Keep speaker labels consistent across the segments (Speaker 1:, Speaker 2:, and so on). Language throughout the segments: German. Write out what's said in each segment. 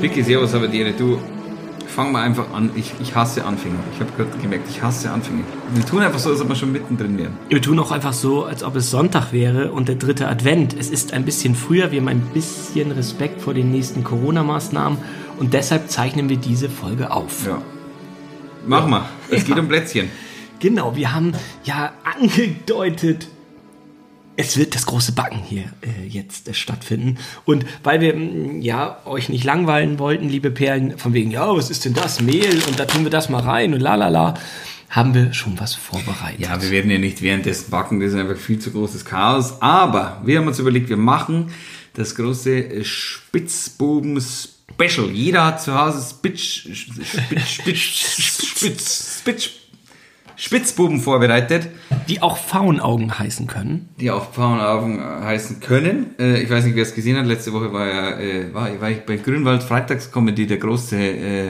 Speaker 1: wirklich sehr was, aber Dere, du fang mal einfach an. Ich, ich hasse Anfänger. Ich habe gerade gemerkt, ich hasse Anfänger. Wir tun einfach so, als ob wir schon mittendrin wären.
Speaker 2: Wir tun auch einfach so, als ob es Sonntag wäre und der dritte Advent. Es ist ein bisschen früher, wir haben ein bisschen Respekt vor den nächsten Corona-Maßnahmen und deshalb zeichnen wir diese Folge auf.
Speaker 1: Ja. Mach mal. Es geht um Plätzchen.
Speaker 2: Genau, wir haben ja angedeutet, es wird das große Backen hier äh, jetzt äh, stattfinden. Und weil wir mh, ja euch nicht langweilen wollten, liebe Perlen, von wegen, ja, was ist denn das? Mehl und da tun wir das mal rein und la la la, haben wir schon was vorbereitet.
Speaker 1: Ja, wir werden ja nicht währenddessen backen, das ist einfach viel zu großes Chaos. Aber wir haben uns überlegt, wir machen das große Spitzbuben-Special. Jeder hat zu Hause Spitz, Spitz, Spitz, Spitz, Spitz, Spitzbuben vorbereitet,
Speaker 2: Die auch Faunaugen heißen können.
Speaker 1: die auch Pfauenaugen heißen können. Äh, Ich weiß nicht, wer es gesehen hat. Letzte Woche war ja äh, war, war ich bei Grünwald Freitagskomödie der große äh,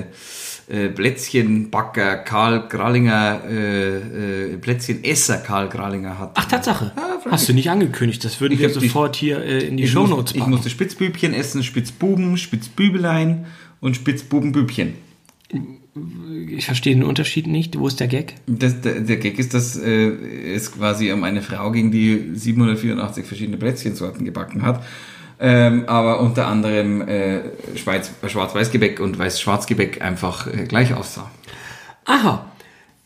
Speaker 1: äh, Plätzchenbacker Karl Gralinger, äh, äh, Plätzchenesser Karl Gralinger hat.
Speaker 2: Ach, Tatsache.
Speaker 1: freilich.
Speaker 2: Hast du nicht angekündigt. Das würden
Speaker 1: Ich
Speaker 2: wir
Speaker 1: hab die-
Speaker 2: sofort hier äh, in die
Speaker 1: Ich
Speaker 2: Shownotes
Speaker 1: muss, ich
Speaker 2: packen.
Speaker 1: musste Spitzbübchen essen, Spitzbuben, Spitzbübelein und Spitzbubenbübchen.
Speaker 2: Ich, verstehe den Unterschied nicht. Wo ist der Gag?
Speaker 1: Das, der, der Gag ist, dass äh, es quasi um eine Frau ging, die 784 verschiedene Plätzchensorten gebacken hat. Ähm, aber unter anderem äh, Schweiz- Schwarz-Weiß-Gebäck und Weiß-Schwarz-Gebäck einfach äh, gleich aussah.
Speaker 2: Aha.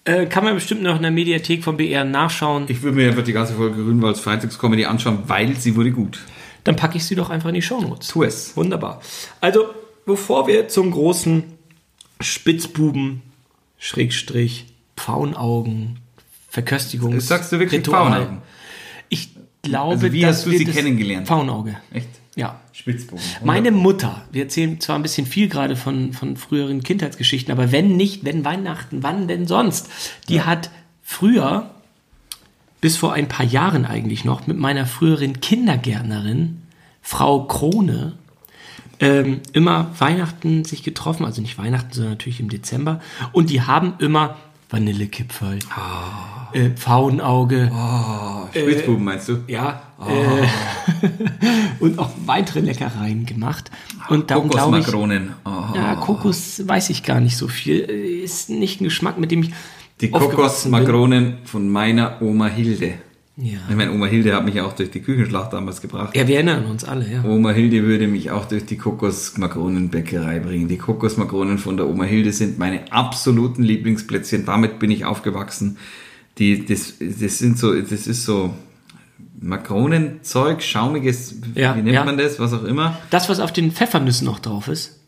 Speaker 2: Äh, kann man bestimmt noch in der Mediathek vom BR nachschauen.
Speaker 1: Ich würde mir einfach die ganze Folge Grünwalds Freitagskomödie anschauen, weil sie wurde gut.
Speaker 2: Dann packe ich sie doch einfach in die Shownotes.
Speaker 1: Tu es.
Speaker 2: Wunderbar. Also, bevor wir zum großen Spitzbuben, Schrägstrich, Pfauenaugen, Verköstigung.
Speaker 1: Sagst du wirklich Pfauenaugen?
Speaker 2: Ich glaube,
Speaker 1: Also wie
Speaker 2: dass
Speaker 1: hast du
Speaker 2: wir
Speaker 1: sie
Speaker 2: das-
Speaker 1: kennengelernt?
Speaker 2: Pfauenauge.
Speaker 1: Echt? Oh,
Speaker 2: Ja.
Speaker 1: Spitzbogen.
Speaker 2: Meine Mutter, wir erzählen zwar ein bisschen viel gerade von, von früheren Kindheitsgeschichten, aber wenn nicht, wenn Weihnachten, wann denn sonst? Die hat früher, bis vor ein paar Jahren eigentlich noch, mit meiner früheren Kindergärtnerin, Frau Krone, ähm, immer Weihnachten sich getroffen, also nicht Weihnachten, sondern natürlich im Dezember. Und die haben immer Vanillekipferl, äh, Pfauenauge, äh,
Speaker 1: Spitzbuben meinst du?
Speaker 2: ja. Äh, und auch weitere Leckereien gemacht. Und darum glaube ich,
Speaker 1: Kokosmakronen. Oh.
Speaker 2: ja, Kokos weiß ich gar nicht so viel. Äh, Ist nicht ein Geschmack, mit dem ich
Speaker 1: Die
Speaker 2: aufgewachsen bin.
Speaker 1: Kokosmakronen von meiner Oma Hilde.
Speaker 2: Ja.
Speaker 1: Ich meine, Oma Hilde hat mich auch durch die Küchenschlacht damals gebracht.
Speaker 2: Ja, wir erinnern uns alle, ja.
Speaker 1: Oma Hilde würde mich auch durch die Kokosmakronenbäckerei bringen. Die Kokosmakronen von der Oma Hilde sind meine absoluten Lieblingsplätzchen. Damit bin ich aufgewachsen. Die, das, das sind so, das ist so Makronenzeug, schaumiges,
Speaker 2: Ja,
Speaker 1: wie nennt
Speaker 2: ja.
Speaker 1: man das, was auch immer.
Speaker 2: Das, was auf den Pfeffernüssen noch drauf ist.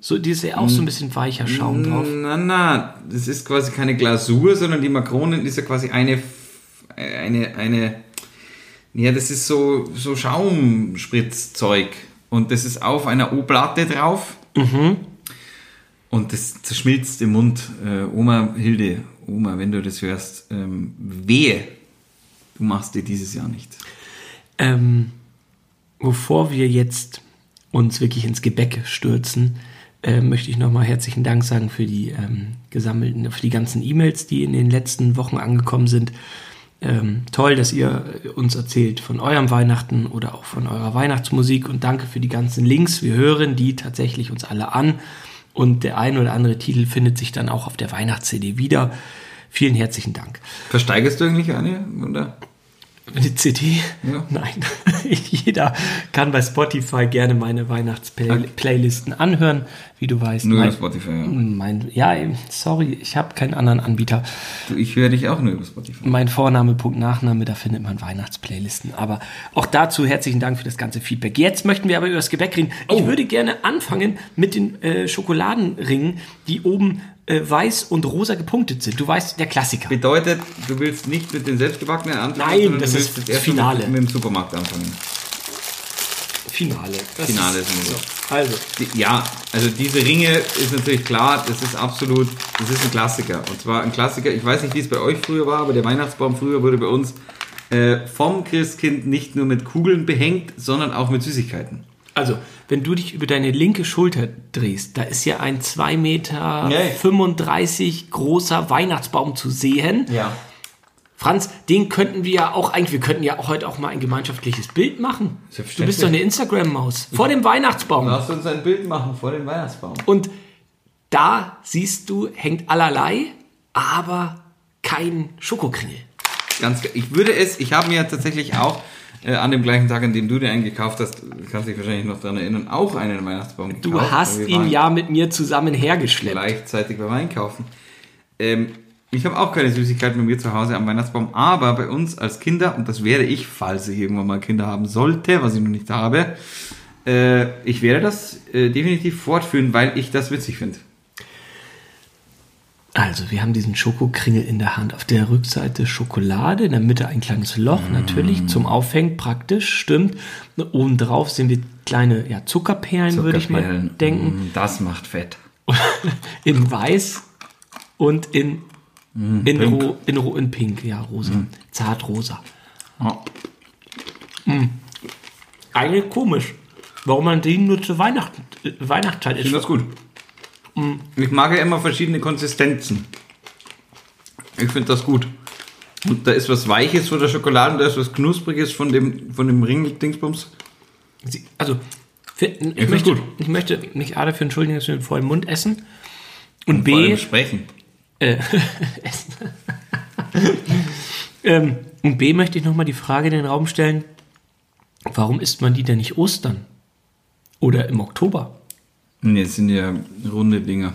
Speaker 2: So, die ist ja auch so ein bisschen weicher
Speaker 1: Mm.
Speaker 2: Schaum drauf.
Speaker 1: Na, na, das ist quasi keine Glasur, sondern die Makronen ist ja quasi eine, F- äh, eine, eine, ja, das ist so, so Schaumspritzzeug. Und das ist auf einer O-Platte drauf. Und das zerschmilzt im Mund. Äh, Oma Hilde, Oma, wenn du das hörst, ähm, wehe, du machst dir dieses Jahr nicht.
Speaker 2: Ähm, bevor wir jetzt uns wirklich ins Gebäck stürzen, äh, möchte ich nochmal herzlichen Dank sagen für die ähm, gesammelten, für die ganzen E-Mails, die in den letzten Wochen angekommen sind. Ähm, toll, dass ihr uns erzählt von eurem Weihnachten oder auch von eurer Weihnachtsmusik und danke für die ganzen Links. Wir hören die tatsächlich uns alle an und der ein oder andere Titel findet sich dann auch auf der Weihnachts-CD wieder. Vielen herzlichen Dank.
Speaker 1: Versteigerst du eigentlich eine? Oder?
Speaker 2: Eine CD?
Speaker 1: Ja.
Speaker 2: Nein. Jeder kann bei Spotify gerne meine Weihnachts-Playlisten anhören, wie du weißt.
Speaker 1: Nur
Speaker 2: mein,
Speaker 1: über Spotify, ja.
Speaker 2: mein, ja, eben, sorry, ich habe keinen anderen Anbieter.
Speaker 1: Du, ich höre dich auch nur über Spotify.
Speaker 2: Mein Vorname, Punkt, Nachname, da findet man Weihnachtsplaylisten. Aber auch dazu herzlichen Dank für das ganze Feedback. Jetzt möchten wir aber über das Gebäck reden.
Speaker 1: Oh.
Speaker 2: Ich würde gerne anfangen mit den äh, Schokoladenringen, die oben äh, weiß und rosa gepunktet sind. Du weißt, der Klassiker.
Speaker 1: Bedeutet, du willst nicht mit den selbstgebackenen anfangen?
Speaker 2: Nein,
Speaker 1: sondern
Speaker 2: das
Speaker 1: du
Speaker 2: ist
Speaker 1: willst
Speaker 2: das
Speaker 1: erst
Speaker 2: Finale.
Speaker 1: Mit, mit dem Supermarkt anfangen.
Speaker 2: Finale. Das
Speaker 1: Finale
Speaker 2: Ist,
Speaker 1: ist immer so.
Speaker 2: also,
Speaker 1: Die- Ja, also diese Ringe ist natürlich klar, das ist absolut, das ist ein Klassiker. Und zwar ein Klassiker, ich weiß nicht, wie es bei euch früher war, aber der Weihnachtsbaum früher wurde bei uns äh, vom Christkind nicht nur mit Kugeln behängt, sondern auch mit Süßigkeiten.
Speaker 2: Also, wenn du dich über deine linke Schulter drehst, da ist ja ein 2,35 Meter
Speaker 1: Nee.
Speaker 2: großer Weihnachtsbaum zu sehen.
Speaker 1: Ja.
Speaker 2: Franz, den könnten wir ja auch eigentlich, wir könnten ja auch heute auch mal ein gemeinschaftliches Bild machen. Du
Speaker 1: Selbstverständlich.
Speaker 2: bist doch eine Instagram-Maus. Vor dem Weihnachtsbaum.
Speaker 1: Lass uns ein Bild machen vor dem Weihnachtsbaum.
Speaker 2: Und da siehst du, hängt allerlei, aber kein Schokokringel.
Speaker 1: Ganz, ge- ich würde es, ich habe mir tatsächlich auch äh, an dem gleichen Tag, an dem du dir einen gekauft hast, kannst dich wahrscheinlich noch daran erinnern, auch einen Weihnachtsbaum
Speaker 2: Du
Speaker 1: gekauft.
Speaker 2: hast
Speaker 1: Genau, Wir
Speaker 2: ihn
Speaker 1: waren
Speaker 2: ja mit mir zusammen hergeschleppt.
Speaker 1: gleichzeitig beim Einkaufen. Ähm, ich habe auch keine Süßigkeit bei mir zu Hause am Weihnachtsbaum, aber bei uns als Kinder, und das werde ich, falls ich irgendwann mal Kinder haben sollte, was ich noch nicht habe, äh, ich werde das äh, definitiv fortführen, weil ich das witzig finde.
Speaker 2: Also, wir haben diesen Schokokringel in der Hand. Auf der Rückseite Schokolade, in der Mitte ein kleines Loch,
Speaker 1: Mm.
Speaker 2: natürlich zum Aufhängen praktisch, stimmt. Oben drauf sehen wir kleine ja, Zuckerperlen, würde ich mal denken.
Speaker 1: Mm, Das macht fett.
Speaker 2: in Weiß und in,
Speaker 1: Mm,
Speaker 2: in, ro, in, ro, in Pink, ja, rosa. Zartrosa.
Speaker 1: Ja.
Speaker 2: Eigentlich komisch, warum man den nur zur Weihnachten, äh, Weihnachtszeit
Speaker 1: Ich
Speaker 2: isst.
Speaker 1: finde das gut.
Speaker 2: Mm.
Speaker 1: Ich mag ja immer verschiedene Konsistenzen. Ich finde das gut. Und da ist was Weiches von der Schokolade und da ist was Knuspriges von dem, von dem Ring-Dingsbums.
Speaker 2: Sie- Also, für, ich,
Speaker 1: find's
Speaker 2: möchte,
Speaker 1: gut.
Speaker 2: ich möchte mich A dafür entschuldigen, dass wir den vollen Mund essen. Und, B.
Speaker 1: Vor allem sprechen.
Speaker 2: Äh, essen. ähm, und B möchte ich nochmal die Frage in den Raum stellen, warum isst man die denn nicht Ostern? Oder im Oktober?
Speaker 1: Ne, es sind ja runde Dinger.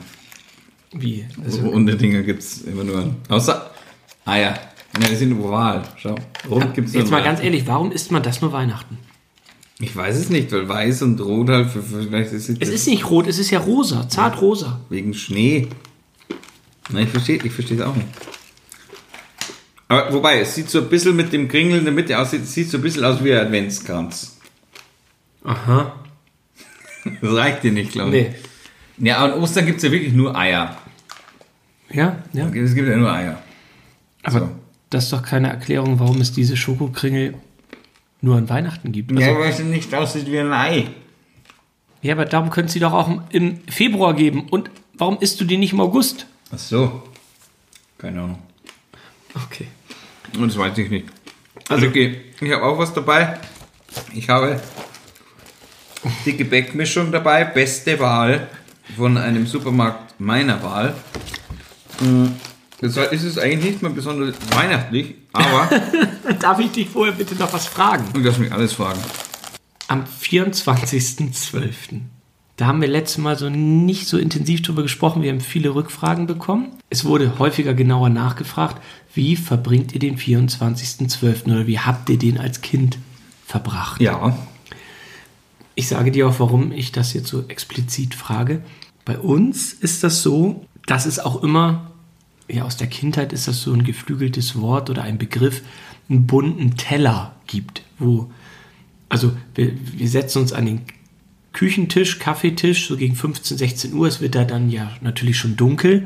Speaker 2: Wie?
Speaker 1: Also runde Dinger gibt es immer nur. an- Außer. Ah ja. Ja, die sind oval. Schau. Rund gibt's nur
Speaker 2: Jetzt mal
Speaker 1: an-
Speaker 2: ganz ehrlich, warum isst man das nur Weihnachten?
Speaker 1: Ich weiß es nicht, weil weiß und rot halt für, für, vielleicht ist es,
Speaker 2: Es ist nicht rot, es ist ja rosa, zart rosa.
Speaker 1: Wegen Schnee. Nein, ich verstehe ich verstehe es auch nicht. Aber wobei, es sieht so ein bisschen mit dem Kringel in der Mitte aus, es sieht so ein bisschen aus wie ein Adventskranz.
Speaker 2: Aha.
Speaker 1: Das reicht dir nicht, glaube ich.
Speaker 2: Nee.
Speaker 1: Ja, und Ostern gibt es ja wirklich nur Eier.
Speaker 2: Ja, ja.
Speaker 1: Es gibt ja nur Eier.
Speaker 2: Aber
Speaker 1: So.
Speaker 2: das ist doch keine Erklärung, warum es diese Schokokringel nur an Weihnachten gibt. Also,
Speaker 1: ja,
Speaker 2: ja.
Speaker 1: weil es nicht aussieht wie ein Ei.
Speaker 2: aber darum können sie doch auch im- im Februar geben. Und warum isst du die nicht im August?
Speaker 1: Ach so. Keine Ahnung.
Speaker 2: Okay.
Speaker 1: Und das weiß ich nicht. Also okay, ich habe auch was dabei. Ich habe die Gebäckmischung dabei, beste Wahl von einem Supermarkt meiner Wahl. Mm, Deshalb ist es eigentlich nicht mal besonders weihnachtlich, aber
Speaker 2: Darf ich dich vorher bitte noch was fragen?
Speaker 1: du darfst mich alles fragen.
Speaker 2: Am 24.12. Da haben wir letztes Mal so nicht so intensiv drüber gesprochen. Wir haben viele Rückfragen bekommen. Es wurde häufiger genauer nachgefragt, wie verbringt ihr den 24.12. oder wie habt ihr den als Kind verbracht?
Speaker 1: Ja,
Speaker 2: Ich sage dir auch, warum ich das jetzt so explizit frage. Bei uns ist das so, dass es auch immer, ja, aus der Kindheit ist das so ein geflügeltes Wort oder ein Begriff, einen bunten Teller gibt, wo, also wir, wir setzen uns an den Küchentisch, Kaffeetisch, so gegen 15, 16 Uhr, es wird da dann ja natürlich schon dunkel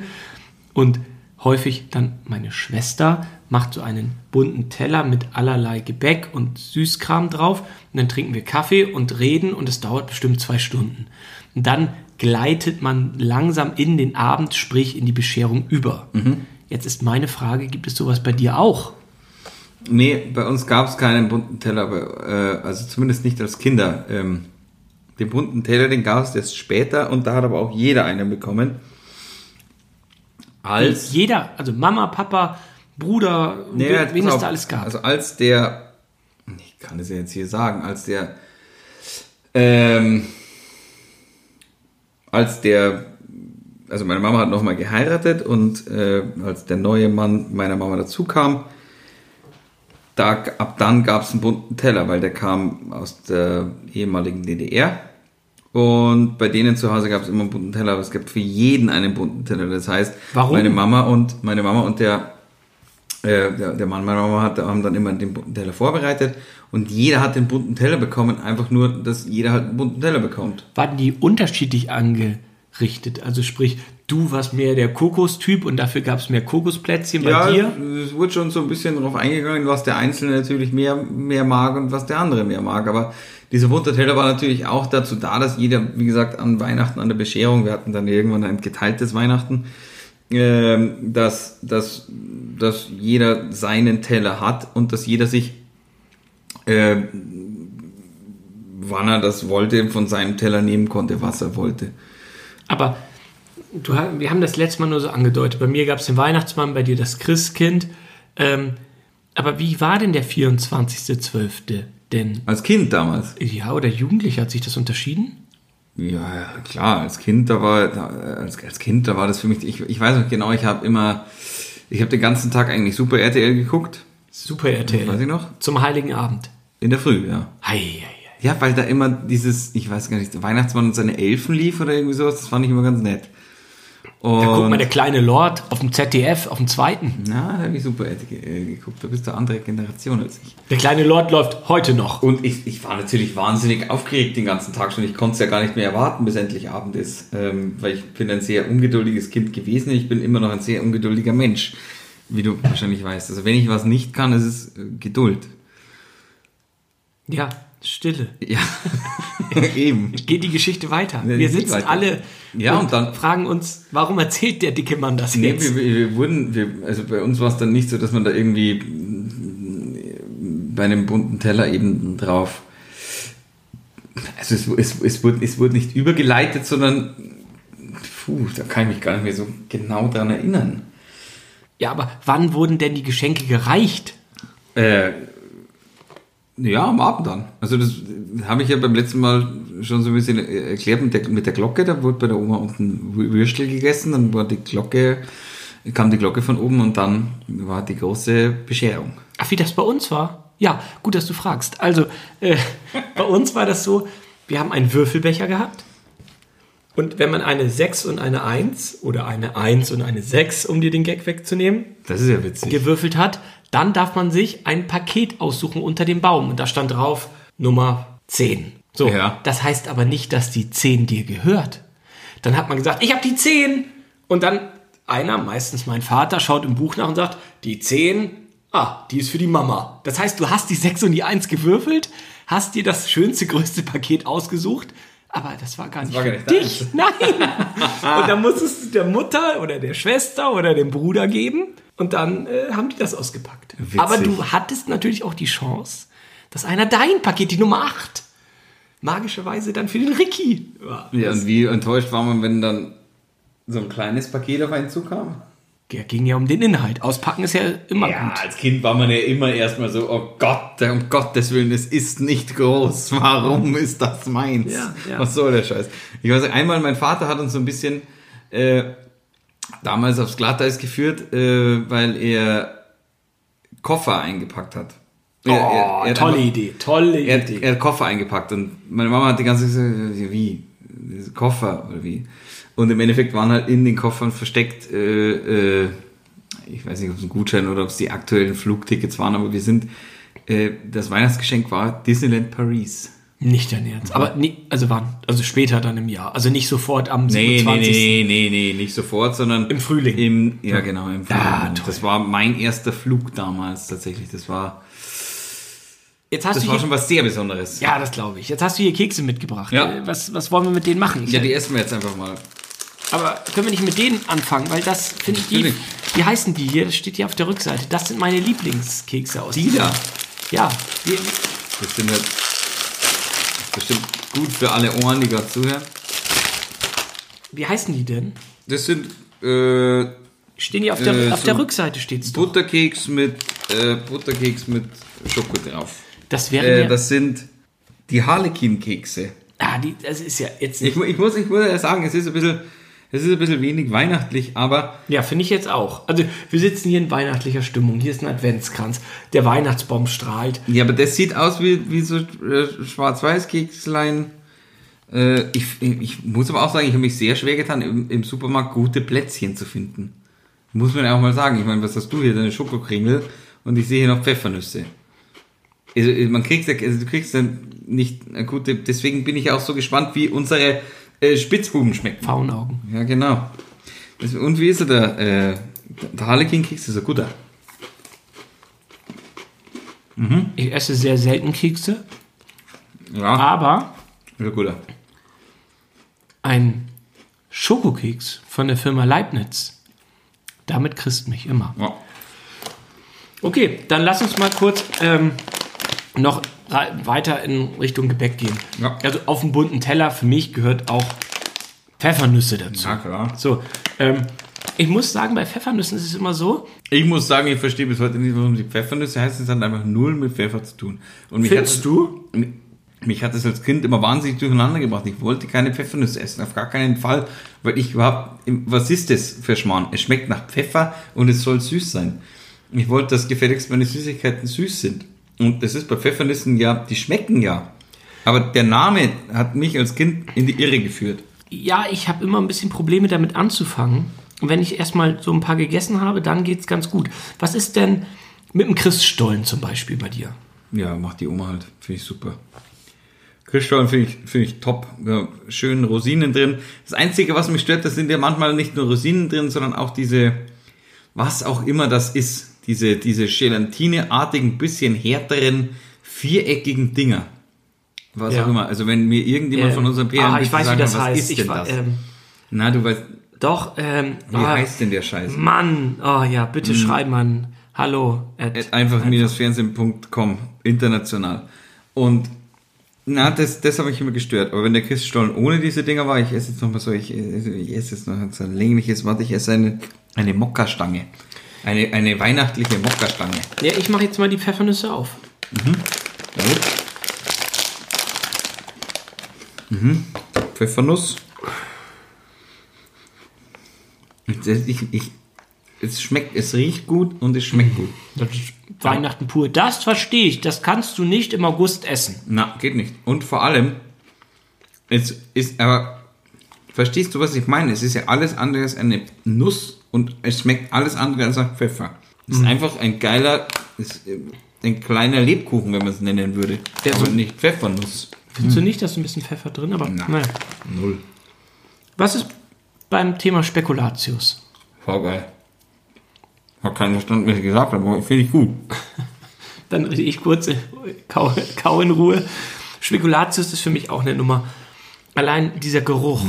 Speaker 2: und häufig dann meine Schwester macht so einen bunten Teller mit allerlei Gebäck und Süßkram drauf und dann trinken wir Kaffee und reden und es dauert bestimmt zwei Stunden. Und dann gleitet man langsam in den Abend, sprich in die Bescherung über.
Speaker 1: Mhm.
Speaker 2: Jetzt ist meine Frage, gibt es sowas bei dir auch?
Speaker 1: nee, bei uns gab es keinen bunten Teller, aber, äh, also zumindest nicht als Kinder. Ähm, den bunten Teller, den gab es erst später und da hat aber auch jeder einen bekommen. Als
Speaker 2: Jeder, also Mama, Papa, Bruder,
Speaker 1: Nee,
Speaker 2: wen,
Speaker 1: pass
Speaker 2: wen es
Speaker 1: auf.
Speaker 2: da alles gab.
Speaker 1: Also als der, ich kann es ja jetzt hier sagen, als der, ähm, als der, also meine Mama hat nochmal geheiratet und äh, als der neue Mann meiner Mama dazu kam, da, ab dann gab es einen bunten Teller, weil der kam aus der ehemaligen DDR. Und bei denen zu Hause gab es immer einen bunten Teller, aber es gibt für jeden einen bunten Teller. Das heißt,
Speaker 2: Warum?
Speaker 1: meine Mama und meine Mama und der, äh, der, der Mann meiner Mama hat, haben dann immer den bunten Teller vorbereitet und jeder hat den bunten Teller bekommen, einfach nur, dass jeder halt einen bunten Teller bekommt.
Speaker 2: waren die unterschiedlich angerichtet? Also sprich, du warst mehr der Kokostyp und dafür gab es mehr Kokosplätzchen bei dir.
Speaker 1: es wurde schon so ein bisschen darauf eingegangen, was der Einzelne natürlich mehr, mehr mag und was der andere mehr mag. Aber dieser bunte Teller war natürlich auch dazu da, dass jeder, wie gesagt, an Weihnachten, an der Bescherung, wir hatten dann irgendwann ein geteiltes Weihnachten, ähm, dass, dass, dass jeder seinen Teller hat und dass jeder sich, äh, wann er das wollte, von seinem Teller nehmen konnte, was er wollte.
Speaker 2: Aber du, ha- wir haben das letzte Mal nur so angedeutet. Bei mir gab es den Weihnachtsmann, bei dir das Christkind. Ähm, aber wie war denn der 24.12. denn?
Speaker 1: Als Kind damals.
Speaker 2: Ja, oder Jugendlich hat sich das unterschieden?
Speaker 1: Ja, ja, klar, als Kind, da war, da, als, als Kind, da war das für mich, ich, ich weiß noch genau, ich habe immer, ich habe den ganzen Tag eigentlich Super RTL geguckt,
Speaker 2: Super
Speaker 1: weiß ich
Speaker 2: RTL.
Speaker 1: noch,
Speaker 2: Zum Heiligen Abend.
Speaker 1: in der Früh, ja.
Speaker 2: Hei, hei, hei.
Speaker 1: Ja, weil da immer dieses, ich weiß gar nicht, Weihnachtsmann und seine Elfen lief oder irgendwie sowas, das fand ich immer ganz nett. Und,
Speaker 2: Da guckt mal der kleine Lord auf dem ZDF, auf dem zweiten.
Speaker 1: na, da habe ich Super RTL geguckt, da bist du eine andere Generation als ich.
Speaker 2: Der kleine Lord läuft heute noch.
Speaker 1: Und ich, ich war natürlich wahnsinnig aufgeregt den ganzen Tag schon. Ich konnte es ja gar nicht mehr erwarten, bis endlich Abend ist. Ähm, weil ich bin ein sehr ungeduldiges Kind gewesen. Ich bin immer noch ein sehr ungeduldiger Mensch, wie du wahrscheinlich weißt. Also wenn ich was nicht kann, ist es äh, Geduld.
Speaker 2: Ja, Stille.
Speaker 1: Ja, eben.
Speaker 2: Geht die Geschichte weiter.
Speaker 1: Nee, die
Speaker 2: wir
Speaker 1: geht
Speaker 2: sitzen
Speaker 1: weiter.
Speaker 2: alle
Speaker 1: Ja, und dann-
Speaker 2: fragen uns, warum erzählt der dicke Mann das
Speaker 1: Nee,
Speaker 2: jetzt?
Speaker 1: wir, wir, wir wurden, wir, also bei uns war es dann nicht so, dass man da irgendwie bei einem bunten Teller eben drauf. Also es, es, es, wurde, es wurde nicht übergeleitet, sondern. Puh, da kann ich mich gar nicht mehr so genau dran erinnern.
Speaker 2: Ja, aber wann wurden denn die Geschenke gereicht?
Speaker 1: Äh, ja, am Abend dann. Also das habe ich ja beim letzten Mal schon so ein bisschen äh, erklärt mit der, mit der Glocke. Da wurde bei der Oma unten Wü- Würstel gegessen, dann war die Glocke, kam die Glocke von oben und dann war die große Bescherung.
Speaker 2: Ach, wie das bei uns war? Ja, gut, dass du fragst. Also, äh, bei uns war das so, wir haben einen Würfelbecher gehabt. Und wenn man eine 6 und eine 1 oder eine 1 und eine 6, um dir den Gag wegzunehmen,
Speaker 1: Das ist ja witzig.
Speaker 2: gewürfelt hat, dann darf man sich ein Paket aussuchen unter dem Baum. Und da stand drauf Nummer 10. So,
Speaker 1: Ja.
Speaker 2: das heißt aber nicht, dass die 10 dir gehört. Dann hat man gesagt, ich habe die 10. Und dann einer, meistens mein Vater, schaut im Buch nach und sagt, die 10, ah, die ist für die Mama. Das heißt, du hast die 6 und die 1 gewürfelt, hast dir das schönste, größte Paket ausgesucht, aber das war gar nicht,
Speaker 1: war gar
Speaker 2: für
Speaker 1: nicht
Speaker 2: dich. Nein. Und dann muss es der Mutter oder der Schwester oder dem Bruder geben. Und dann äh, haben die das ausgepackt.
Speaker 1: Witzig.
Speaker 2: Aber du hattest natürlich auch die Chance, dass einer dein Paket, die Nummer 8, magischerweise dann für den Ricky war.
Speaker 1: Ja, und wie enttäuscht war man, wenn dann so ein kleines Paket auf einen zukam?
Speaker 2: Der ging ja um den Inhalt. Auspacken ist ja immer
Speaker 1: Ja,
Speaker 2: gut.
Speaker 1: als Kind war man ja immer erstmal so, oh Gott, um Gottes Willen, es ist nicht groß. Warum ist das meins?
Speaker 2: Ja, ja.
Speaker 1: Was soll der Scheiß? Ich weiß, nicht, einmal mein Vater hat uns so ein bisschen äh, damals aufs Glatteis geführt, äh, weil er Koffer eingepackt hat. Er- er- er
Speaker 2: Oh,
Speaker 1: hat
Speaker 2: tolle
Speaker 1: einfach-
Speaker 2: Idee, tolle
Speaker 1: er, hat-
Speaker 2: Idee.
Speaker 1: er hat Koffer eingepackt und meine Mama hat die ganze Zeit gesagt, wie? Koffer oder wie? Und im Endeffekt waren halt in den Koffern versteckt, äh, äh, ich weiß nicht, ob es ein Gutschein oder ob es die aktuellen Flugtickets waren, aber wir sind, äh, das Weihnachtsgeschenk war Disneyland Paris.
Speaker 2: Nicht dein Ernst. Aber nie, also wann? Also später dann im Jahr. Also nicht sofort am 27.
Speaker 1: nee, nee, nicht sofort, sondern
Speaker 2: Im Frühling.
Speaker 1: Im, ja, genau, im Frühling.
Speaker 2: Ah, toll.
Speaker 1: das war mein erster Flug damals tatsächlich. Das war,
Speaker 2: Jetzt hast
Speaker 1: das
Speaker 2: du
Speaker 1: war
Speaker 2: hier,
Speaker 1: schon was sehr Besonderes.
Speaker 2: Ja, das glaube ich. Jetzt hast du hier Kekse mitgebracht.
Speaker 1: Ja.
Speaker 2: Äh, Was, was wollen wir mit denen machen? Ich
Speaker 1: ja, die essen wir jetzt einfach mal.
Speaker 2: Aber können wir nicht mit denen anfangen, weil das finde ich die.
Speaker 1: Natürlich.
Speaker 2: Wie heißen die hier? Das steht hier auf der Rückseite. Das sind meine Lieblingskekse aus.
Speaker 1: Die da.
Speaker 2: Ja. Die,
Speaker 1: Das sind halt bestimmt gut für alle Ohren, die gerade zuhören.
Speaker 2: wie heißen die denn?
Speaker 1: Das sind äh,
Speaker 2: Stehen die auf der,
Speaker 1: Äh,
Speaker 2: auf
Speaker 1: so
Speaker 2: der Rückseite steht's doch.
Speaker 1: Butterkeks mit äh, Butterkeks mit Schoko drauf.
Speaker 2: Das wären
Speaker 1: Äh,
Speaker 2: ja.
Speaker 1: das sind die Harlequin-Kekse.
Speaker 2: ah, die, das ist ja jetzt.
Speaker 1: Ich, mu- ich muss, ich muss ja sagen, es ist ein bisschen, es ist ein bisschen wenig weihnachtlich, aber
Speaker 2: ja, finde ich jetzt auch. Also wir sitzen hier in weihnachtlicher Stimmung. Hier ist ein Adventskranz. Der Weihnachtsbaum strahlt.
Speaker 1: ja, aber das sieht aus wie, wie so äh, Schwarz-Weiß-Kekslein. Äh, ich, ich muss aber auch sagen, ich habe mich sehr schwer getan, im, im Supermarkt gute Plätzchen zu finden. Muss man ja auch mal sagen. Ich meine, was hast du hier? Deine Schokokringel und ich sehe hier noch Pfeffernüsse. Also, äh, man kriegt, ja- also du kriegst dann nicht eine gute, deswegen bin ich ja auch so gespannt, wie unsere äh, Spitzbuben schmecken.
Speaker 2: Faunaugen.
Speaker 1: Ja, genau. Das- Und wie ist er da? Äh, der Harlequin-Keks ist ein guter.
Speaker 2: Ich esse sehr selten Kekse,
Speaker 1: Ja,
Speaker 2: aber
Speaker 1: ist ein guter.
Speaker 2: ein Schokokeks von der Firma Leibniz Damit kriegst mich immer.
Speaker 1: Ja.
Speaker 2: Okay, dann lass uns mal kurz ähm, noch ra- weiter in Richtung Gebäck gehen.
Speaker 1: Ja.
Speaker 2: Also auf dem bunten Teller für mich gehört auch Pfeffernüsse dazu.
Speaker 1: Na klar.
Speaker 2: So, ähm, ich muss sagen, bei Pfeffernüssen ist es immer so.
Speaker 1: Ich muss sagen, ich verstehe bis heute nicht, warum die Pfeffernüsse heißen. Es hat einfach null mit Pfeffer zu tun. Und mich hat,
Speaker 2: du?
Speaker 1: mich hat das als Kind immer wahnsinnig durcheinander gebracht. Ich wollte keine Pfeffernüsse essen, auf gar keinen Fall. Weil ich überhaupt, was ist das für Schmarrn? Es schmeckt nach Pfeffer und es soll süß sein. Ich wollte, dass gefälligst meine Süßigkeiten süß sind. Und das ist bei Pfeffernüssen ja, die schmecken ja. Aber der Name hat mich als Kind in die Irre geführt.
Speaker 2: Ja, ich habe immer ein bisschen Probleme damit anzufangen. Und wenn ich erstmal so ein paar gegessen habe, dann geht's ganz gut. Was ist denn mit dem Christstollen zum Beispiel bei dir?
Speaker 1: Ja, macht die Oma halt. Finde ich super. Christstollen finde ich, finde ich top. Ja, schön Rosinen drin. Das Einzige, was mich stört, das sind ja manchmal nicht nur Rosinen drin, sondern auch diese, was auch immer das ist, diese, diese gelatineartigen, bisschen härteren, viereckigen Dinger. Was
Speaker 2: Ja.
Speaker 1: auch immer. Also wenn mir irgendjemand
Speaker 2: Ähm,
Speaker 1: von unseren PR
Speaker 2: ah, ich weiß, wie das
Speaker 1: was
Speaker 2: heißt.
Speaker 1: ist
Speaker 2: ich,
Speaker 1: denn
Speaker 2: wa-
Speaker 1: das?
Speaker 2: Ähm,
Speaker 1: Na, du weißt,
Speaker 2: doch, ähm,
Speaker 1: wie heißt denn der Scheiß?
Speaker 2: Mann, oh ja, bitte schreib mal Hallo. at-
Speaker 1: einfach-fernsehen.com international. Und na, das, das habe ich immer gestört. Aber wenn der Christstollen ohne diese Dinger war, ich esse jetzt nochmal so, ich, esse- ich esse jetzt noch so ein längliches, warte, ich esse eine, eine Mokka-Stange. Eine, eine weihnachtliche Mokka-Stange.
Speaker 2: Ja, ich mache jetzt mal die Pfeffernüsse auf.
Speaker 1: Ja, gut. Mhm. Pfeffernuss. Jetzt- Ich, ich, es schmeckt, es riecht gut und es schmeckt gut.
Speaker 2: Das ist Weihnachten pur. Das verstehe ich. Das kannst du nicht im August essen.
Speaker 1: Na, geht nicht. Und vor allem, es ist aber, verstehst du, was ich meine? Es ist ja alles andere als eine Nuss und es schmeckt alles andere als nach Pfeffer. Es
Speaker 2: Mhm.
Speaker 1: ist einfach ein geiler, ist äh, ein kleiner Lebkuchen, wenn man es nennen würde.
Speaker 2: Ja,
Speaker 1: aber
Speaker 2: so-
Speaker 1: nicht Pfeffernuss.
Speaker 2: Findest du nicht, dass ein bisschen Pfeffer drin, aber
Speaker 1: Na.
Speaker 2: naja.
Speaker 1: Null.
Speaker 2: Was ist beim Thema Spekulatius?
Speaker 1: Voll geil. Hab keinen Verstand, was ich gesagt habe, aber finde ich gut.
Speaker 2: Dann rede ich kurz, in- kau, kau in Ruhe. Spekulatius ist für mich auch eine Nummer. Allein dieser Geruch.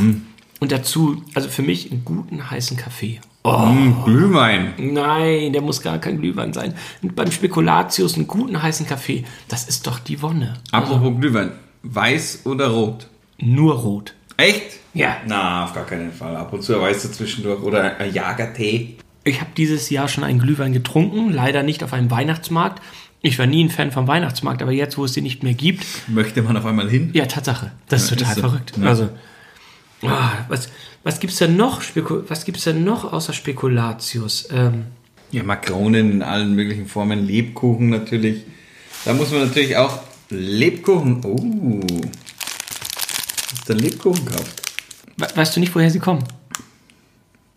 Speaker 2: Und dazu, also für mich einen guten heißen Kaffee. Oh,
Speaker 1: Mm, Glühwein.
Speaker 2: nein, der muss gar kein Glühwein sein. Und beim Spekulatius einen guten heißen Kaffee, das ist doch die Wonne.
Speaker 1: Apropos Glühwein. Weiß oder rot?
Speaker 2: Nur rot.
Speaker 1: Echt?
Speaker 2: Ja.
Speaker 1: Na, auf gar keinen Fall. Ab und zu ein weißer zwischendurch oder ein Jagertee.
Speaker 2: Ich habe dieses Jahr schon einen Glühwein getrunken, leider nicht auf einem Weihnachtsmarkt. Ich war nie ein Fan vom Weihnachtsmarkt, aber jetzt, wo es den nicht mehr gibt,
Speaker 1: Möchte man auf einmal hin?
Speaker 2: ja, Tatsache. Das ist
Speaker 1: Ja,
Speaker 2: total
Speaker 1: ist so.
Speaker 2: verrückt.
Speaker 1: Ja.
Speaker 2: Also, ah, was, was gibt's denn noch? Speku was gibt's denn noch außer Spekulatius? Ähm,
Speaker 1: Ja, Makronen in allen möglichen Formen, Lebkuchen natürlich. Da muss man natürlich auch Lebkuchen. Oh. Hast du einen Lebkuchen gekauft?
Speaker 2: we weißt du nicht, woher sie kommen?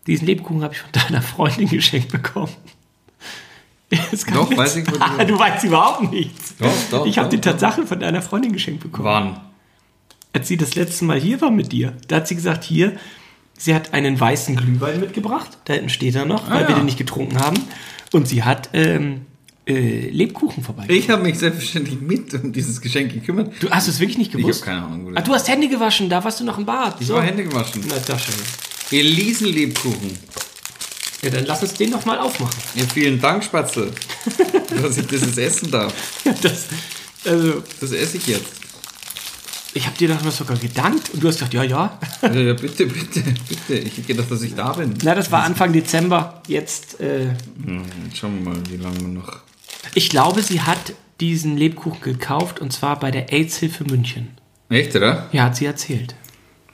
Speaker 2: Diesen Lebkuchen habe ich von deiner Freundin geschenkt bekommen. Das kann
Speaker 1: Doch,
Speaker 2: nicht
Speaker 1: weiß ich, wo die-
Speaker 2: sein. Du weißt überhaupt nichts.
Speaker 1: Doch, doch,
Speaker 2: ich habe
Speaker 1: doch,
Speaker 2: die
Speaker 1: doch.
Speaker 2: Tatsache von deiner Freundin geschenkt bekommen.
Speaker 1: Wann?
Speaker 2: als sie das letzte Mal hier war mit dir, da hat sie gesagt, hier, sie hat einen weißen Glühwein mitgebracht. Da hinten steht er noch, weil
Speaker 1: Ah, ja.
Speaker 2: wir den nicht getrunken haben. Und sie hat ähm, äh, Lebkuchen vorbei.
Speaker 1: Ich habe mich selbstverständlich mit um dieses Geschenk gekümmert.
Speaker 2: Du hast es wirklich nicht
Speaker 1: hab
Speaker 2: gewusst?
Speaker 1: keine Ahnung, wo das
Speaker 2: Ah, du hast Hände gewaschen, da warst du noch im Bad.
Speaker 1: Ich war Hände gewaschen.
Speaker 2: Na, das schon.
Speaker 1: Elisenlebkuchen.
Speaker 2: Ja, dann lass uns den noch mal aufmachen.
Speaker 1: Ja, vielen Dank, Spatzel, dass ich das jetzt essen darf.
Speaker 2: Das, also,
Speaker 1: Das esse ich jetzt.
Speaker 2: ich habe dir doch mal sogar gedankt und du hast gesagt, ja, ja.
Speaker 1: Also, ja, bitte, bitte, bitte. Ich hätte gedacht, dass ich da bin.
Speaker 2: Na, das war Anfang Dezember. Jetzt, äh,
Speaker 1: Jetzt schauen wir mal, wie lange wir noch.
Speaker 2: ich glaube, sie hat diesen Lebkuchen gekauft und zwar bei der AIDS-Hilfe München.
Speaker 1: Echt, oder?
Speaker 2: Ja, hat sie erzählt.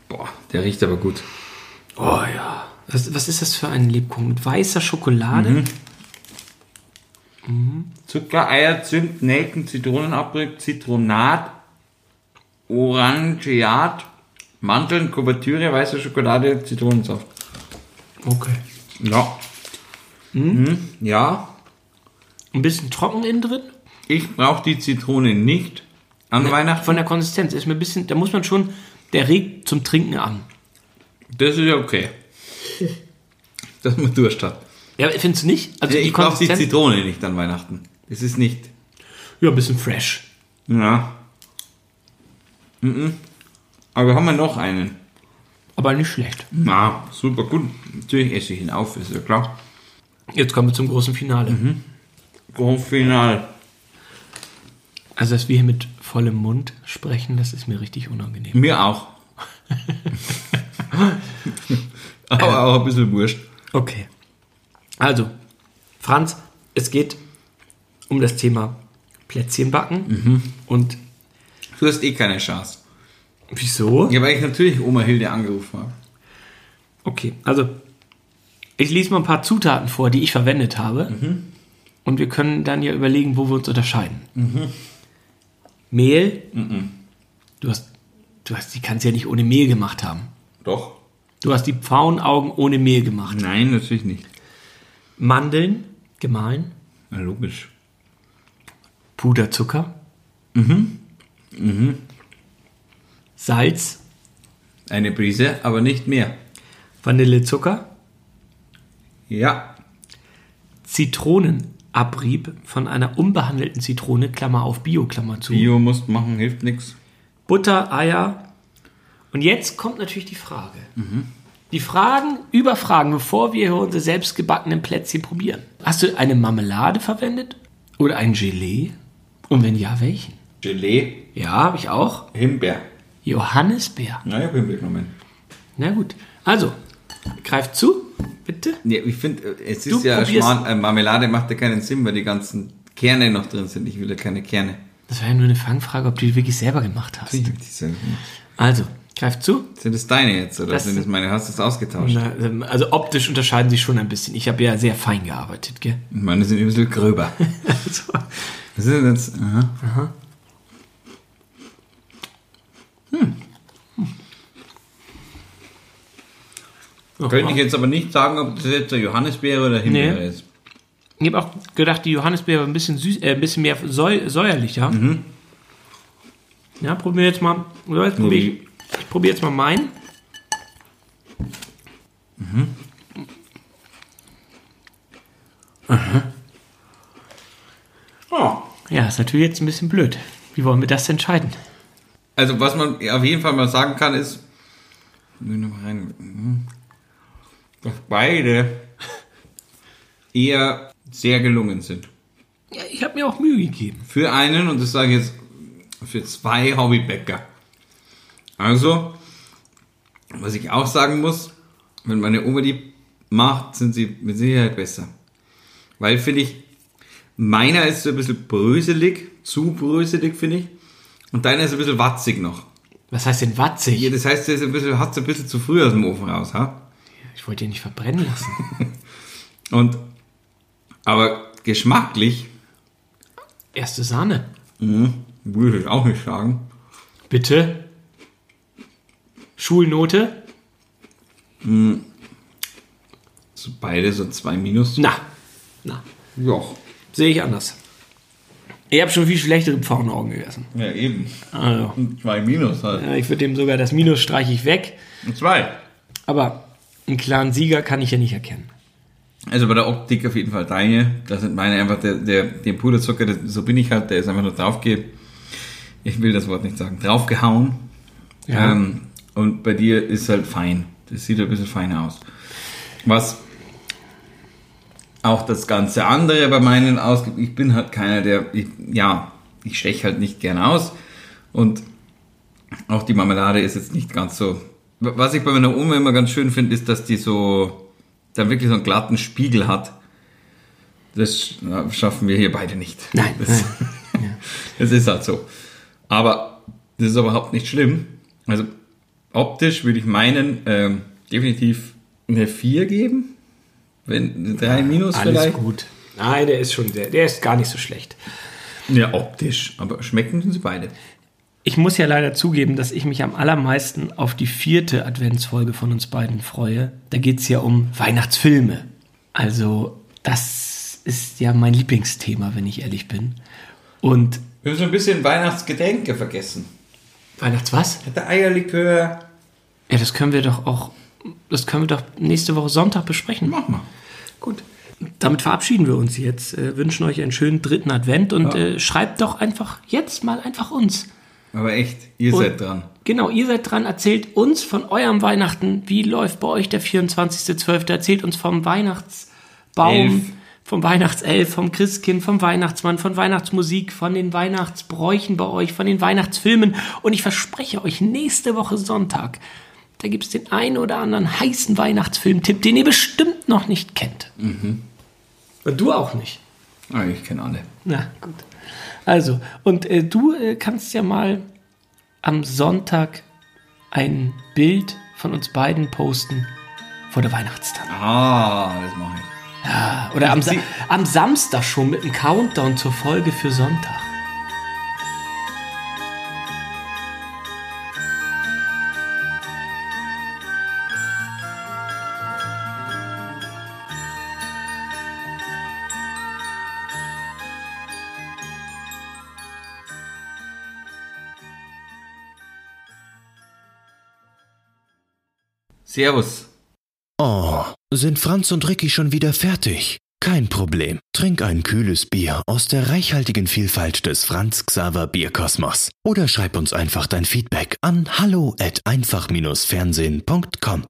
Speaker 1: Boah, der riecht aber gut.
Speaker 2: Oh ja. Was, was ist das für ein Lebkuchen? Mit weißer Schokolade?
Speaker 1: Zucker, Eier, Zimt, Nelken, Zitronenabrieb, Zitronat, Orangeat, Mandeln, Kuvertüre, weiße Schokolade, Zitronensaft.
Speaker 2: Okay.
Speaker 1: Ja. Mhm. Ja,
Speaker 2: Ein bisschen trocken innen drin.
Speaker 1: ich brauche die Zitrone nicht an Weihnachten.
Speaker 2: Von der Konsistenz ist mir ein bisschen, da muss man schon, der regt zum Trinken an.
Speaker 1: Das ist ja okay. Dass man Durst hat.
Speaker 2: Ja, findest du nicht? Also
Speaker 1: Ich brauche die Zitrone nicht an Weihnachten. Das ist nicht.
Speaker 2: ja, ein bisschen fresh.
Speaker 1: Ja. Mhm. Aber haben wir noch einen?
Speaker 2: Aber nicht schlecht.
Speaker 1: Na, super gut. Natürlich esse ich ihn auf, ist ja klar.
Speaker 2: Jetzt kommen wir zum großen Finale.
Speaker 1: Grand Final.
Speaker 2: Also, dass wir hier mit vollem Mund sprechen, das ist mir richtig unangenehm.
Speaker 1: Mir auch. Aber auch ein bisschen wurscht.
Speaker 2: Okay. Also, Franz, es geht um das Thema Plätzchen backen. Und
Speaker 1: Du hast eh keine Chance.
Speaker 2: wieso?
Speaker 1: Ja, weil ich natürlich Oma Hilde angerufen habe.
Speaker 2: Okay, also ich lese mal ein paar Zutaten vor, die ich verwendet habe. Und wir können dann ja überlegen, wo wir uns unterscheiden. Mehl. Du hast, du hast, die kannst ja nicht ohne Mehl gemacht haben.
Speaker 1: Doch.
Speaker 2: Du hast die Pfauenaugen ohne Mehl gemacht.
Speaker 1: Nein, natürlich nicht.
Speaker 2: Mandeln gemahlen.
Speaker 1: Na, logisch.
Speaker 2: Puderzucker. Mhm. Salz,
Speaker 1: Eine Prise, aber nicht mehr.
Speaker 2: Vanillezucker,
Speaker 1: Ja.
Speaker 2: Zitronenabrieb von einer unbehandelten Zitrone, Klammer auf Bio, Klammer zu.
Speaker 1: Bio musst machen, hilft nichts.
Speaker 2: Butter, Eier. Und jetzt kommt natürlich die Frage. Die Fragen über Fragen, bevor wir hier unsere selbstgebackenen Plätzchen probieren. Hast du eine Marmelade verwendet? Oder ein Gelee? Und wenn ja, welchen?
Speaker 1: Gelee,
Speaker 2: Ja, habe ich auch.
Speaker 1: Himbeer.
Speaker 2: Johannisbeer.
Speaker 1: Na, ich habe Himbeer genommen.
Speaker 2: Na gut. Also, greift zu, bitte.
Speaker 1: Ja, ich finde, äh, es ist
Speaker 2: Du
Speaker 1: ja
Speaker 2: probierst-
Speaker 1: Schmarrn, äh, Marmelade macht ja keinen Sinn, weil die ganzen Kerne noch drin sind. Ich will ja keine Kerne.
Speaker 2: Das war ja nur eine Fangfrage, ob du die wirklich selber gemacht hast.
Speaker 1: Ich hab die selber gemacht.
Speaker 2: Also, greift zu.
Speaker 1: Sind das deine jetzt oder
Speaker 2: Das-
Speaker 1: sind das meine? Hast du das ausgetauscht?
Speaker 2: Na, ähm, also optisch unterscheiden sich schon ein bisschen. Ich habe ja sehr fein gearbeitet, gell?
Speaker 1: Meine sind ein bisschen gröber.
Speaker 2: Also,
Speaker 1: Was ist denn jetzt? Aha. Könnte ich jetzt aber nicht sagen, ob das jetzt eine Johannisbeere oder Himbeere
Speaker 2: Nee.
Speaker 1: ist.
Speaker 2: Ich habe auch gedacht, die Johannisbeere war ein bisschen süß, äh, ein bisschen mehr säu säuerlich, ja. Ja, probier jetzt mal. So, jetzt probier ich ich probiere jetzt mal meinen. Mhm. Mhm.
Speaker 1: Oh.
Speaker 2: Ja, ist natürlich jetzt ein bisschen blöd. Wie wollen wir das entscheiden?
Speaker 1: Also was man auf jeden Fall mal sagen kann ist, Nur noch rein, mhm. dass beide eher sehr gelungen sind.
Speaker 2: Ja, ich habe mir auch Mühe gegeben.
Speaker 1: Für einen, und das sage ich jetzt, für zwei Hobbybäcker. Also, was ich auch sagen muss, wenn meine Oma die macht, sind sie mit Sicherheit besser. Weil, finde ich, meiner ist so ein bisschen bröselig, zu bröselig, finde ich. Und deiner ist ein bisschen watzig noch.
Speaker 2: Was heißt denn watzig?
Speaker 1: Ja, das heißt, der ist ein bisschen, hat's ein bisschen zu früh aus dem Ofen raus, ha?
Speaker 2: Ich wollte ihn nicht verbrennen lassen.
Speaker 1: Und, aber geschmacklich,
Speaker 2: Erste Sahne.
Speaker 1: würde ich auch nicht sagen.
Speaker 2: Bitte. Schulnote.
Speaker 1: So beide so zwei Minus.
Speaker 2: Na, na,
Speaker 1: Ja.
Speaker 2: sehe ich anders. Ich habe schon viel schlechtere Pfauenaugen gegessen.
Speaker 1: Ja, eben.
Speaker 2: Also,
Speaker 1: Zwei Minus halt.
Speaker 2: ja, ich würde dem sogar das Minus streiche ich weg.
Speaker 1: Zwei.
Speaker 2: Aber einen klaren Sieger kann ich ja nicht erkennen.
Speaker 1: Also bei der Optik auf jeden Fall deine. Da sind meine einfach der, der, den Puderzucker, das, so bin ich halt, der ist einfach nur draufge... Ich will das Wort nicht sagen. Draufgehauen.
Speaker 2: Ja.
Speaker 1: Ähm, und bei dir ist halt fein. Das sieht ein bisschen feiner aus. Was auch das ganze andere bei meinen ausgibt. Ich bin halt keiner, der, ich, ja, ich steche halt nicht gern aus. Und auch die Marmelade ist jetzt nicht ganz so. Was ich bei meiner Oma immer ganz schön finde, ist, dass die so, dann wirklich so einen glatten Spiegel hat. Das sch- na, schaffen wir hier beide nicht.
Speaker 2: Nein,
Speaker 1: Das, das ist halt so. Aber das ist überhaupt nicht schlimm. Also optisch würde ich meinen, ähm, definitiv eine 4 geben. Wenn eine 3 minus
Speaker 2: Alles
Speaker 1: vielleicht.
Speaker 2: gut. Nein, der ist schon sehr, der ist gar nicht so schlecht.
Speaker 1: Ja, optisch. Aber schmecken tun sie beide.
Speaker 2: Ich muss ja leider zugeben, dass ich mich am allermeisten auf die vierte Adventsfolge von uns beiden freue. Da geht es ja um Weihnachtsfilme. Also, das ist ja mein Lieblingsthema, wenn ich ehrlich bin. Und
Speaker 1: Wir haben so ein bisschen Weihnachtsgetränke vergessen.
Speaker 2: Weihnachts was?
Speaker 1: Der Eierlikör.
Speaker 2: Ja, das können wir doch auch, das können wir doch nächste Woche Sonntag besprechen.
Speaker 1: Mach mal.
Speaker 2: Gut. Damit verabschieden wir uns jetzt, äh, wünschen euch einen schönen dritten Advent und äh, schreibt doch einfach jetzt mal einfach uns.
Speaker 1: Aber echt, ihr
Speaker 2: Und-
Speaker 1: seid dran.
Speaker 2: Genau, ihr seid dran, erzählt uns von eurem Weihnachten, wie läuft bei euch der 24.12., erzählt uns vom Weihnachts Baum,
Speaker 1: Elf.
Speaker 2: vom Weihnachtself, vom Christkind, vom Weihnachtsmann, von Weihnachtsmusik, von den Weihnachtsbräuchen bei euch, von den Weihnachtsfilmen. Und ich verspreche euch, nächste Woche Sonntag, da gibt es den einen oder anderen heißen Weihnachtsfilmtipp, den ihr bestimmt noch nicht kennt.
Speaker 1: Mhm.
Speaker 2: Und du auch nicht.
Speaker 1: Ah, ich kenne alle.
Speaker 2: Na gut. Also, und äh, du äh, kannst ja mal am Sonntag ein Bild von uns beiden posten vor der Weihnachtstanne.
Speaker 1: Ah, das mache ich.
Speaker 2: Oder am, Sa am Samstag schon mit einem Countdown zur Folge für Sonntag.
Speaker 1: Servus.
Speaker 3: Oh, sind Franz und Ricky schon wieder fertig? Kein Problem. Trink ein kühles Bier aus der reichhaltigen Vielfalt des Franz Xaver Bierkosmos. Oder schreib uns einfach dein Feedback an hallo at einfach-fernsehen.com.